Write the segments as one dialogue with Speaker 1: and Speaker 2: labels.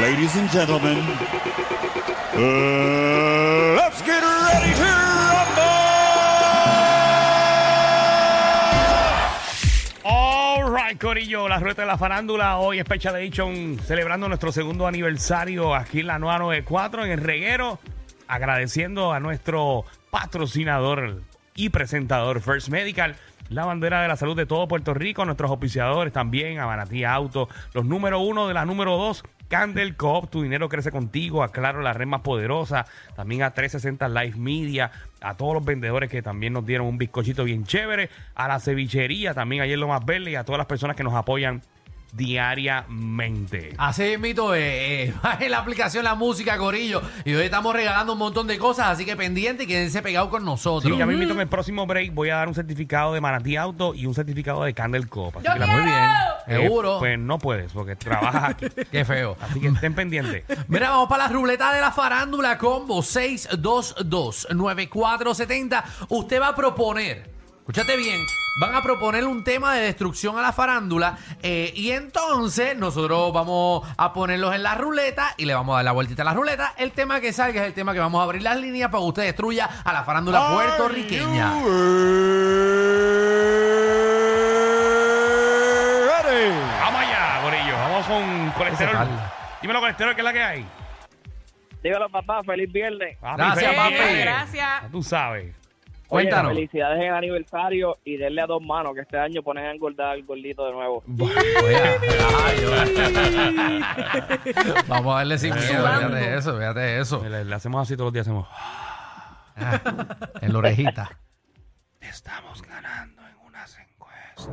Speaker 1: Ladies and gentlemen, uh, let's get ready to rumble!
Speaker 2: All right, Corillo, la rueda de la farándula. Hoy es Pecha Edition celebrando nuestro segundo aniversario aquí en la 994 en el reguero. Agradeciendo a nuestro patrocinador y presentador First Medical la bandera de la salud de todo Puerto Rico, nuestros auspiciadores también, Amanatí Auto, los número uno de la número dos, Candel Coop, tu dinero crece contigo, a Claro, la red más poderosa, también a 360 Live Media, a todos los vendedores que también nos dieron un bizcochito bien chévere, a la cevichería también ayer lo más verde y a todas las personas que nos apoyan diariamente.
Speaker 3: Así mito, eh, eh, bajen la aplicación La Música, Corillo. Y hoy estamos regalando un montón de cosas, así que pendiente y quédense pegados con nosotros.
Speaker 2: Sí, ya me invito en el próximo break. Voy a dar un certificado de Manatí Auto y un certificado de Candle Cop. Así
Speaker 4: Yo
Speaker 2: que la-
Speaker 4: quiero.
Speaker 2: Eh,
Speaker 3: Seguro.
Speaker 2: pues no puedes, porque trabajas aquí.
Speaker 3: Qué feo.
Speaker 2: Así que estén pendientes.
Speaker 3: Mira, vamos para la ruleta de la farándula combo 622-9470. Usted va a proponer, escúchate bien, van a proponer un tema de destrucción a la farándula eh, y entonces nosotros vamos a ponerlos en la ruleta y le vamos a dar la vueltita a la ruleta. El tema que salga es el tema que vamos a abrir las líneas para que usted destruya a la farándula puertorriqueña.
Speaker 1: Are you uh, ready?
Speaker 2: Vamos allá, gorillo. Vamos con colesterol.
Speaker 3: tarda.
Speaker 2: Dímelo, colesterol, que es la que hay.
Speaker 5: Dígalo, papá, feliz viernes.
Speaker 2: Papi,
Speaker 3: Gracias,
Speaker 2: feliz
Speaker 3: papi.
Speaker 2: viernes.
Speaker 4: Gracias.
Speaker 2: Ya Tú sabes.
Speaker 5: Oye,
Speaker 3: Cuéntanos.
Speaker 5: felicidades en el aniversario y denle a dos manos que este año ponen a engordar al gordito de nuevo.
Speaker 3: Oiga, ay, Vamos a darle sin miedo,
Speaker 4: Sudando.
Speaker 3: fíjate eso, fíjate eso.
Speaker 2: Le, le hacemos así todos los días. Hacemos.
Speaker 3: En la orejita.
Speaker 2: Estamos ganando en unas encuestas.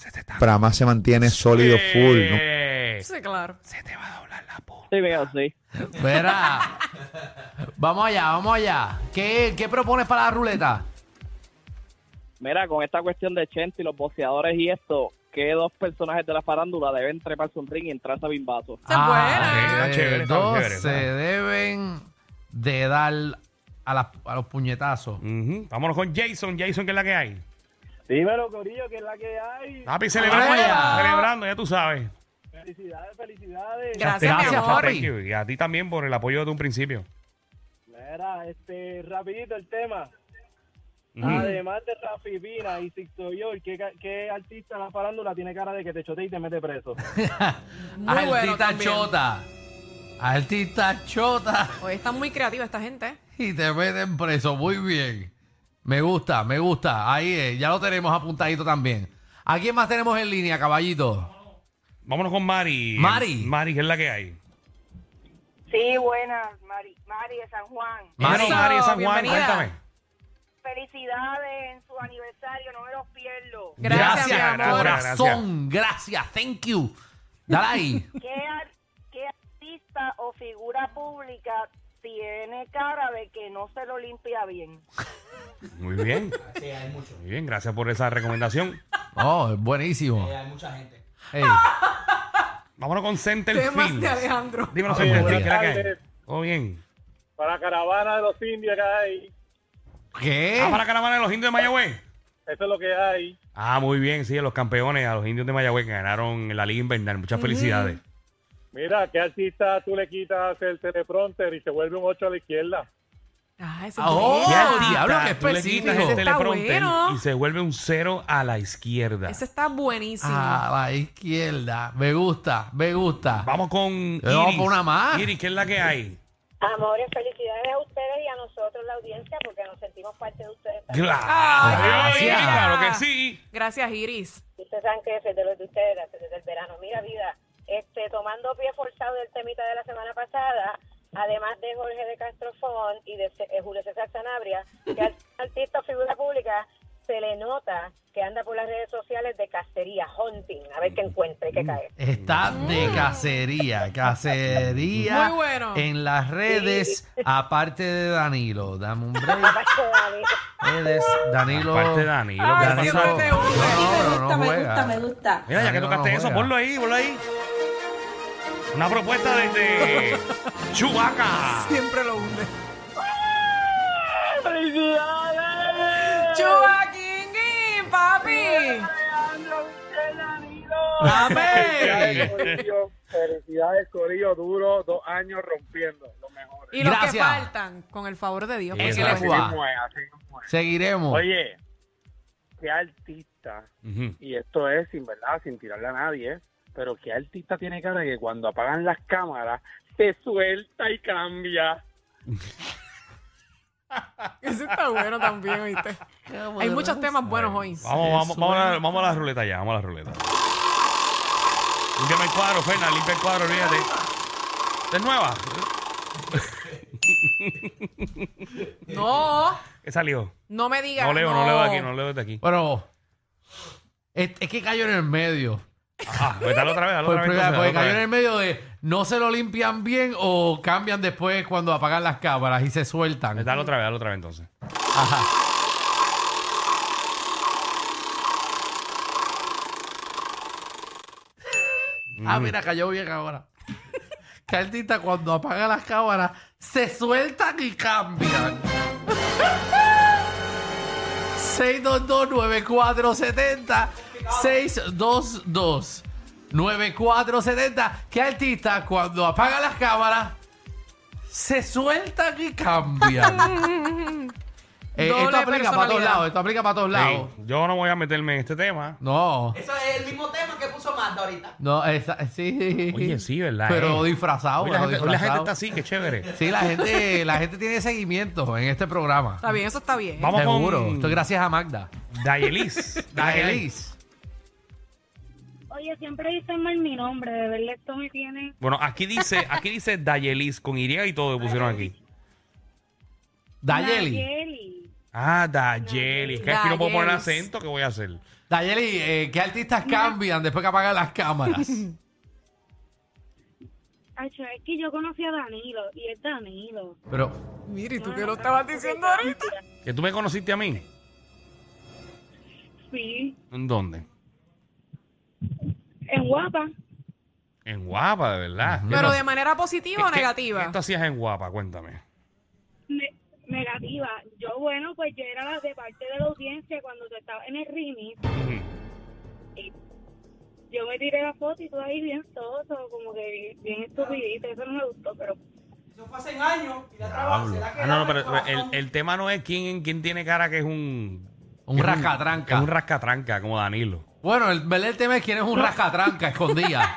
Speaker 2: Se te está-
Speaker 6: Prama se mantiene sólido full. ¿no?
Speaker 2: Eh,
Speaker 4: Sí, claro.
Speaker 2: Se te va a doblar la puta.
Speaker 5: Sí, bien, sí.
Speaker 3: Verá. Vamos allá, vamos allá. ¿Qué, qué propones para la ruleta?
Speaker 5: Mira, con esta cuestión de Chente y los boceadores y esto, ¿qué dos personajes de la farándula deben treparse un ring y entrarse a bimbazo?
Speaker 4: Está buena. Ah,
Speaker 2: ok, está chévere, está
Speaker 3: Ah, dos
Speaker 2: chévere,
Speaker 3: se
Speaker 2: está.
Speaker 3: deben de dar a, las- a los puñetazos.
Speaker 2: Ujú. Vámonos con Jason. Jason, que es la que hay.
Speaker 5: Dímelo, Corillo, que es la que hay.
Speaker 2: Papi, celebrando
Speaker 3: Vamos
Speaker 2: ya.
Speaker 3: allá.
Speaker 2: Celebrando, ya tú sabes.
Speaker 5: Felicidades, felicidades.
Speaker 4: Gracias, mi
Speaker 3: Gracias,
Speaker 4: amor.
Speaker 3: papi.
Speaker 2: Thank you. Y a ti también por el apoyo de un principio.
Speaker 5: Mira, este, rapidito el tema.
Speaker 2: Ujú.
Speaker 5: Además de Rafi Pina y Sixto York, ¿qué, artista de la farándula tiene cara de que te chotea y te mete preso?
Speaker 4: Muy bueno
Speaker 3: Artista
Speaker 4: también.
Speaker 3: chota. Artista chota.
Speaker 4: Hoy está muy creativa esta gente. ¿eh?
Speaker 3: Y te meten preso. Muy bien. Me gusta, me gusta. Ahí es, ya lo tenemos apuntadito también. ¿A quién más tenemos en línea, caballito?
Speaker 2: Vámonos con Mari.
Speaker 3: Mari.
Speaker 2: Mari, que es la que hay.
Speaker 7: Sí, buenas, Mari, Mari de San Juan.
Speaker 3: Mari.
Speaker 2: Eso, Mari de San Juan,
Speaker 4: bienvenida.
Speaker 2: cuéntame.
Speaker 7: Felicidades en su aniversario, no me los pierdo.
Speaker 4: Gracias,
Speaker 2: Gracias,
Speaker 4: mi amor.
Speaker 2: gracias.
Speaker 3: Corazón, gracias, thank you. Dale ahí.
Speaker 7: ¿Qué, ar- qué artista o figura pública tiene cara de que no se lo limpia bien?
Speaker 2: Muy bien. Muy bien, gracias por esa recomendación.
Speaker 3: Oh, buenísimo. Eh, hay mucha gente.
Speaker 2: Vámonos con
Speaker 4: Temas
Speaker 2: Centerfield.
Speaker 4: de Alejandro.
Speaker 2: Dímelo,
Speaker 3: Ah,
Speaker 2: Centerfield,
Speaker 3: buenos
Speaker 2: ¿qué es la que hay? ¿Todo bien?
Speaker 5: Para caravana de los indios que hay,
Speaker 3: ¿Qué?
Speaker 2: Ah, para caravana de los indios de Mayagüez.
Speaker 5: eso es lo que hay.
Speaker 2: Ah, muy bien, sí, a los campeones, a los indios de Mayagüez que ganaron la Liga Invernal.
Speaker 3: Mm.
Speaker 2: Muchas felicidades.
Speaker 5: Mira, ¿qué artista tú le quitas el teleprompter y se vuelve un 8 a la izquierda?
Speaker 4: Ah, ese
Speaker 3: Oh,
Speaker 4: es bueno.
Speaker 3: diablo. Hablo que
Speaker 2: Tú le
Speaker 3: específico.
Speaker 2: quitas el
Speaker 3: Ese
Speaker 4: está
Speaker 2: teleprompter
Speaker 4: bueno.
Speaker 2: Y se vuelve un cero a la izquierda.
Speaker 4: Ese está buenísimo.
Speaker 3: A la izquierda. Me gusta, me gusta.
Speaker 2: Vamos con Iris.
Speaker 3: Eh, vamos por una más.
Speaker 2: Iris, ¿qué es la que hay?
Speaker 7: Amores, felicidades a ustedes y a nosotros, la audiencia, porque nos sentimos parte de ustedes
Speaker 2: Claro.
Speaker 4: Ay,
Speaker 2: Iris,
Speaker 3: gracias.
Speaker 2: Claro que sí.
Speaker 4: Gracias, Iris.
Speaker 7: Ustedes saben que desde los de ustedes, desde el verano, mira vida, este, tomando pie forzado del temita de la semana pasada, además de Jorge de Castrofón y de Ce- eh, Julio César Sanabria, que al artista o figura pública se le nota que anda por las redes sociales de cacería, hunting, a ver qué encuentra y qué cae.
Speaker 3: Está de cacería, cacería
Speaker 4: Mm. Muy bueno.
Speaker 3: en las redes, aparte de Danilo. Dame un
Speaker 7: Mm.
Speaker 3: break. Redes, Danilo.
Speaker 2: Aparte de Danilo,
Speaker 4: Ay,
Speaker 2: ¿qué
Speaker 4: sí,
Speaker 2: pasó?
Speaker 4: no te gusta.
Speaker 3: No, no, no juega.
Speaker 8: gusta.
Speaker 2: Mira, ya que
Speaker 3: Danilo no
Speaker 2: tocaste eso,
Speaker 3: juega.
Speaker 2: ponlo ahí, ponlo ahí. Una propuesta desde Chubaca.
Speaker 4: Siempre lo hunde.
Speaker 5: ¡Felicidades!
Speaker 4: Chuba Kingi, papi.
Speaker 5: Alejandro Michel Danilo!
Speaker 3: ¡Amén!
Speaker 8: Corillo, felicidades, Corillo, duro, dos años rompiendo, los mejores.
Speaker 4: Y los que
Speaker 3: Gracias.
Speaker 4: faltan, con el favor de Dios. por
Speaker 3: Ese
Speaker 4: supuesto.
Speaker 3: le fue.
Speaker 8: mismo es, así mismo es.
Speaker 3: Seguiremos.
Speaker 8: Oye, qué artista,
Speaker 2: Ujú.
Speaker 8: y esto es sin verdad, sin tirarle a nadie, ¿eh? pero qué artista tiene cara que cuando apagan las cámaras se suelta y cambia.
Speaker 4: Ese está bueno también, ¿oíste? Hay muchos temas buenos hoy.
Speaker 2: Vamos, vamos, vamos, a la, vamos a la ruleta ya, vamos a la ruleta. Límpiame el cuadro, Fernan, limpia el cuadro, olvídate. ¿Esta es nueva?
Speaker 4: No,
Speaker 2: ¿Qué salió?
Speaker 4: no me digas.
Speaker 2: No leo, no leo de aquí, no leo desde aquí.
Speaker 3: Pero es, es que cayó en el medio.
Speaker 2: Ah, pues dale otra vez, dale
Speaker 3: Por
Speaker 2: otra vez.
Speaker 3: primera-
Speaker 2: entonces, dale
Speaker 3: porque pues, cayó en
Speaker 2: otra
Speaker 3: el medio de no se lo limpian bien o cambian después cuando apagan las cámaras y se
Speaker 2: vez.
Speaker 3: sueltan.
Speaker 2: Pues Dale otra vez, dale otra vez entonces.
Speaker 3: Ajá. Ah, mira, cayó bien ahora. Que artista cuando apaga las cámaras se sueltan y cambian. 622-9470 622-9470 ¿Qué artista cuando apaga las cámaras se sueltan y cambian? Eh, esto
Speaker 4: Doble
Speaker 3: aplica para todos
Speaker 4: personalidad.
Speaker 3: lados, esto aplica para todos lados.
Speaker 2: Sí, yo no voy a meterme en este tema.
Speaker 3: No,
Speaker 9: Eso es el mismo tema que puso Manda ahorita.
Speaker 3: no, esa- sí.
Speaker 2: Oye, sí, ¿verdad?
Speaker 3: Pero
Speaker 2: eh?
Speaker 3: disfrazado,
Speaker 2: Hoy la,
Speaker 3: pero
Speaker 2: gente, hoy la gente
Speaker 3: disfrazado.
Speaker 2: está así, qué chévere.
Speaker 3: Sí, la gente, la gente tiene seguimiento en este programa.
Speaker 4: Está bien, eso está bien.
Speaker 2: Vamos
Speaker 3: Seguro.
Speaker 2: con
Speaker 3: Esto es gracias a Magda.
Speaker 2: Dayelis.
Speaker 3: Dajelis.
Speaker 7: Oye, siempre dicen mal mi nombre, de verdad esto me tiene...
Speaker 2: Bueno, aquí dice, aquí dice Dayelis con Y y todo que pusieron aquí.
Speaker 3: Dayeli.
Speaker 7: Nayeli.
Speaker 2: Ah, Dayelis. Que aquí no puedo poner
Speaker 4: Dayelis.
Speaker 2: acento, ¿qué voy a hacer?
Speaker 3: Dayeli, eh, ¿qué artistas cambian después que apagan las cámaras?
Speaker 7: Acho, es que yo conocí a Danilo, y es Danilo. Ah,
Speaker 3: Pero,
Speaker 4: Mira, ¿y tú
Speaker 7: No,
Speaker 4: qué
Speaker 7: no,
Speaker 4: lo
Speaker 7: no,
Speaker 4: estabas
Speaker 7: no,
Speaker 4: diciendo
Speaker 7: no,
Speaker 4: ahorita?
Speaker 2: Que tú me conociste a mí.
Speaker 7: Sí,
Speaker 2: ¿En dónde?
Speaker 7: en Guapa.
Speaker 2: En Guapa, de verdad.
Speaker 4: Pero de manera positiva o
Speaker 2: ¿Qué- qué-
Speaker 4: negativa.
Speaker 2: ¿Qué tú hacías en Guapa? Cuéntame.
Speaker 7: Ne- negativa. Yo, bueno, pues yo era la de parte de la audiencia cuando tú estabas en el remix.
Speaker 2: Ujú.
Speaker 7: Yo me tiré la foto y tú ahí bien soso, como que bien, bien estupidito. Eso no me gustó, pero
Speaker 9: Eso fue hace años y la traba se la ha
Speaker 2: Ah, no, no,
Speaker 9: quedado en
Speaker 2: pero
Speaker 9: el corazón.
Speaker 2: el, el tema no es quién, quién tiene cara que es un...
Speaker 3: Un
Speaker 2: que es
Speaker 3: rascatranca.
Speaker 2: que Es un rascatranca, como Danilo.
Speaker 3: bueno, el, ¿verdad? el tema es quién es un rascatranca escondida.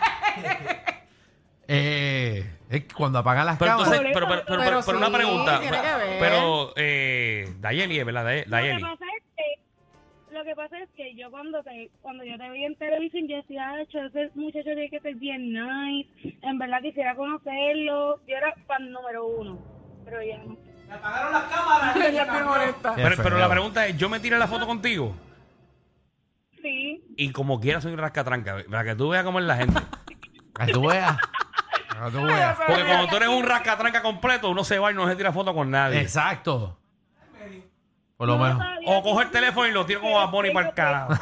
Speaker 3: Eh, es que cuando apagan las
Speaker 2: Pero
Speaker 3: cámaras.
Speaker 2: entonces, pero, pero, pero, pero-
Speaker 4: Pero
Speaker 2: pero una
Speaker 4: sí,
Speaker 2: pregunta.
Speaker 4: tiene que ver.
Speaker 2: Pero, eh, Dayeli, ¿verdad? Day-
Speaker 7: lo que
Speaker 2: Dayeli.
Speaker 7: pasa es que lo que pasa es que yo cuando te cuando yo te vi en televisión yo decía ah, cho, ese muchacho tiene que ser bien nice en verdad quisiera conocerlo yo era fan número uno pero ya no
Speaker 9: Le apagaron las cámaras.
Speaker 4: Ella es bien honesta.
Speaker 3: Qué
Speaker 2: Pero, pero la
Speaker 3: feo.
Speaker 2: pregunta es, yo me tiré la foto contigo
Speaker 7: sí
Speaker 2: y como quiera soy un rascatranca, para que tú veas cómo es la gente.
Speaker 3: Para que tú veas. Para que tú veas.
Speaker 2: Porque cuando tú eres un rascatranca completo, uno se va y no se tira foto con nadie.
Speaker 3: Exacto. Por lo menos.
Speaker 2: O coge el teléfono y lo tiro como a Bonnie para el carajo.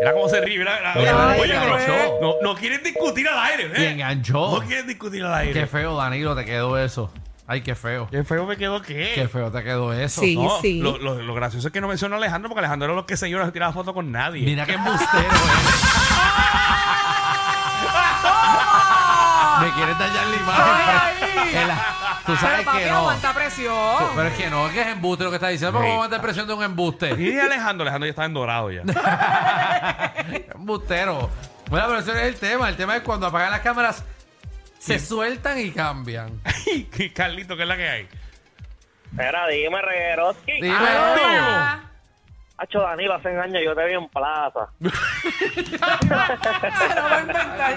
Speaker 2: Mira cómo se ríe, mira, mira,
Speaker 3: Mira,
Speaker 2: mira.
Speaker 3: mira,
Speaker 2: Oye,
Speaker 3: mira,
Speaker 2: pero
Speaker 3: mira.
Speaker 2: no, no quieren discutir al aire,
Speaker 3: Y
Speaker 2: ¿eh?
Speaker 3: enganchó.
Speaker 2: No quieren discutir al
Speaker 3: Qué
Speaker 2: aire.
Speaker 3: feo, Danilo, te quedó eso. Ay, qué feo.
Speaker 2: Qué feo me quedó que
Speaker 3: Qué feo te quedó eso.
Speaker 4: Sí.
Speaker 2: No, Lo, lo- lo gracioso es que no mencionó a Alejandro porque Alejandro era lo que se yo no se tiraba foto con nadie.
Speaker 3: Mira qué embustero eres. Me quieres dañar la imagen.
Speaker 4: Ay,
Speaker 3: pero-
Speaker 4: ay.
Speaker 3: que la- Tú sabes
Speaker 4: Pero papi,
Speaker 3: que no.
Speaker 4: aguanta presión.
Speaker 3: Pero es que no, es que es embuste lo que está diciendo. Pero
Speaker 2: Sí.
Speaker 3: ¿Cómo aguanta presión de un embuste?
Speaker 2: Y de Alejandro, Alejandro ya estaba en dorado ya.
Speaker 3: Embustero. Bueno, pero ese no es el tema. El tema es cuando apagan las cámaras, se sueltan y cambian.
Speaker 2: Y Carlito, ¿qué es la que hay?
Speaker 5: Espera, dime, Regueroski.
Speaker 3: Dímelo.
Speaker 5: Hacho Danilo, hace años yo te vi en plaza.
Speaker 4: Se lo va a inventar.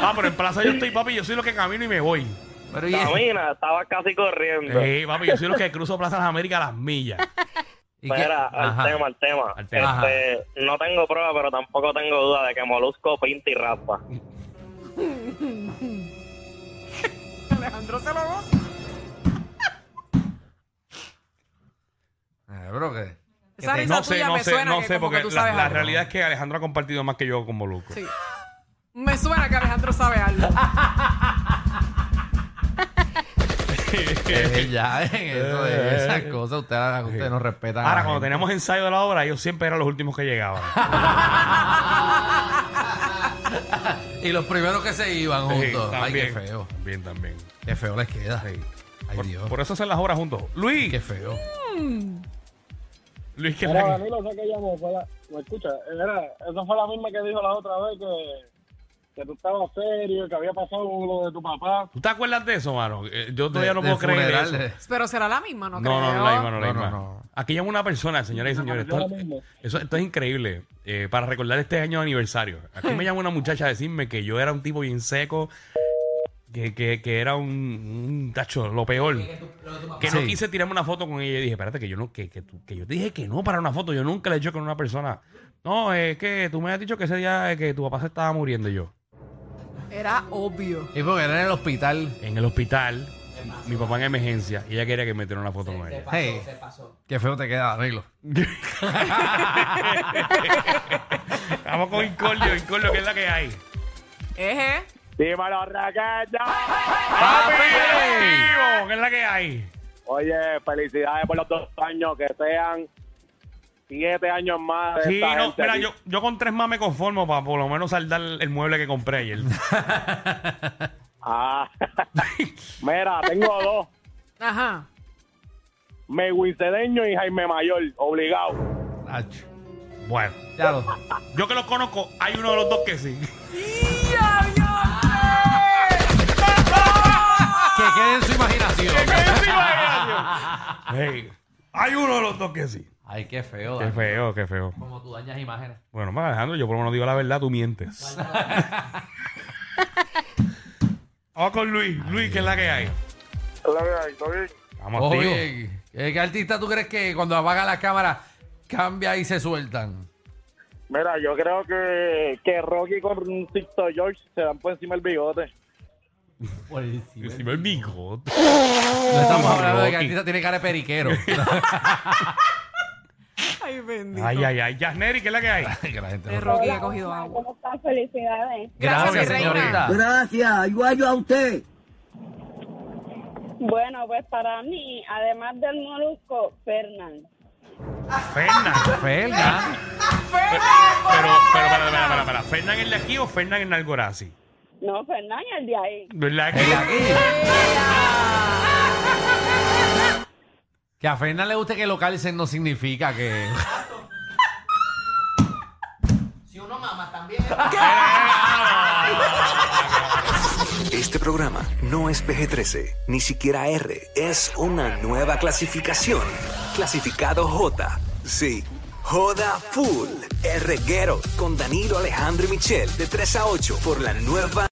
Speaker 2: Ah, pero en plaza yo estoy, papi, yo soy lo que camino y me voy.
Speaker 3: Pero y-
Speaker 5: Camina, estaba casi corriendo.
Speaker 2: Eh, papi, yo soy lo que cruzo Plaza de las Américas a las millas.
Speaker 3: y qué-
Speaker 5: Espera, al
Speaker 3: Ajá.
Speaker 5: tema, al tema.
Speaker 2: Al tema.
Speaker 5: Este, no tengo prueba, pero tampoco tengo duda de que Molusco pinta y raspa.
Speaker 4: Alejandro se lo goza.
Speaker 3: Eh, bro, ¿qué?
Speaker 4: Esa
Speaker 3: te-
Speaker 4: risa
Speaker 2: No sé,
Speaker 4: tuya
Speaker 2: no
Speaker 4: me
Speaker 2: sé,
Speaker 4: suena
Speaker 2: no
Speaker 4: que
Speaker 2: sé,
Speaker 4: como
Speaker 2: porque
Speaker 4: que tú
Speaker 2: la,
Speaker 4: sabes
Speaker 2: la
Speaker 4: algo.
Speaker 2: realidad es que Alejandro ha compartido más que yo con Moluco.
Speaker 4: Sí. Me suena que Alejandro sabe algo.
Speaker 3: Eh, ya, dejen eso de esas cosas. Usted, usted no respeta. a la
Speaker 2: Ahora, cuando
Speaker 3: gente.
Speaker 2: teníamos ensayo de la obra, ellos siempre eran los últimos que llegaban.
Speaker 3: Y los primeros que se iban
Speaker 2: Sí,
Speaker 3: juntos. Ay, qué feo.
Speaker 2: También, también.
Speaker 3: Qué feo les queda.
Speaker 2: Sí.
Speaker 3: Ay,
Speaker 2: por,
Speaker 3: Dios.
Speaker 2: por eso hacen las obras juntos. Luis,
Speaker 3: Qué feo.
Speaker 2: Luis, ¿qué es la
Speaker 8: Era
Speaker 2: que-
Speaker 8: Danilo, sé que llamó, fue la- ¿me escucha? Era, esa fue la misma que dijo la otra vez que, que tú estabas serio, que había pasado lo de tu papá.
Speaker 2: ¿Tú te acuerdas de eso, mano? Eh, yo todavía
Speaker 3: De-
Speaker 2: no
Speaker 3: de
Speaker 2: puedo creer
Speaker 3: funeral,
Speaker 2: eso.
Speaker 3: de-
Speaker 4: Pero será la misma, no,
Speaker 2: No,
Speaker 4: creo.
Speaker 2: no, no, la misma, no, la
Speaker 3: No, no,
Speaker 2: misma.
Speaker 3: no.
Speaker 2: Aquí llama una persona, señoras y señores. Esto, eso- esto es increíble. eh, para recordar este año de aniversario. Aquí me llama una muchacha a decirme que yo era un tipo bien seco, que, que, que era un, un tacho, lo peor. Que no
Speaker 3: Sí.
Speaker 2: quise tirarme una foto con ella y dije, espérate, que yo no, que, que, tú- que yo te dije que no para una foto. Yo nunca le he hecho con una persona. No, es que tú me has dicho que ese día eh, que tu papá se estaba muriendo y yo.
Speaker 4: Era obvio.
Speaker 3: Y porque era en el hospital.
Speaker 2: En el hospital, mi papá en emergencia, y ella quería que me tirara una foto con ella.
Speaker 3: Hey,
Speaker 9: Se pasó.
Speaker 3: qué feo te queda, arreglo.
Speaker 2: Vamos con Incordio, Incordio, que es la que hay.
Speaker 4: Eje.
Speaker 5: ¡Dímelo, Raquel!
Speaker 2: ¡Papi! ¡Vivo! ¿Qué es la que hay?
Speaker 5: Oye, felicidades por los dos años, que sean siete años más.
Speaker 2: Sí, no, mira, yo, yo con tres más me conformo para por lo menos saldar el mueble que compré ayer.
Speaker 5: Ah. mira, tengo dos.
Speaker 4: Ajá.
Speaker 5: Meguicedeño y Jaime Mayor, obligado.
Speaker 3: Ach,
Speaker 2: Bueno,
Speaker 3: Ya lo.
Speaker 2: yo que los conozco, hay uno de los dos que sí.
Speaker 3: Que quede en su imaginación.
Speaker 2: Hey, hay uno de los dos que sí.
Speaker 3: Ay, qué feo.
Speaker 2: Qué
Speaker 3: Dani.
Speaker 2: feo, qué feo.
Speaker 3: Como tú dañas imágenes.
Speaker 2: Bueno, más Alejandro, yo por lo menos digo la verdad, tú mientes. Vamos con Luis. Luis, ¿qué es la que hay? Vamos, tío.
Speaker 3: Oye, ¿qué qué artista tú crees que cuando apaga la cámara cambia y se sueltan?
Speaker 8: Mira, yo creo que, que Rocky con Sixto George se dan por encima el bigote.
Speaker 2: Y si me el bigote.
Speaker 3: No estamos hablando de
Speaker 2: Rocky.
Speaker 3: que artista tiene cara de periquero.
Speaker 4: Ay, bendito.
Speaker 2: Ay, ay, ay. Yasneri, ¿qué es la que hay?
Speaker 3: que la gente
Speaker 4: De
Speaker 3: no-
Speaker 4: Rocky ha cogido agua.
Speaker 7: ¿Cómo estás? Felicidades.
Speaker 4: Gracias,
Speaker 3: Gracias,
Speaker 4: mi
Speaker 3: señorita.
Speaker 9: Gracias, igual yo a usted.
Speaker 7: Bueno, pues para mí, además del molusco, Fernán.
Speaker 2: Fernan.
Speaker 3: Pues, Fernan.
Speaker 2: Pero, pero, para, para, para, para. ¿Fernan el de aquí o Fernan el Nalgorazi?
Speaker 7: No, Fernán el de ahí.
Speaker 2: ¿Verdad que?
Speaker 3: El de aquí. Que a Fernan le guste que lo calcen no significa que.
Speaker 9: Si uno mama también.
Speaker 10: Este programa no es PG-13, ni siquiera R. Es una nueva clasificación. Clasificado J. Sí. Joda Full. El reguero con Danilo Alejandro y Michel de 3 a 8 por la nueva...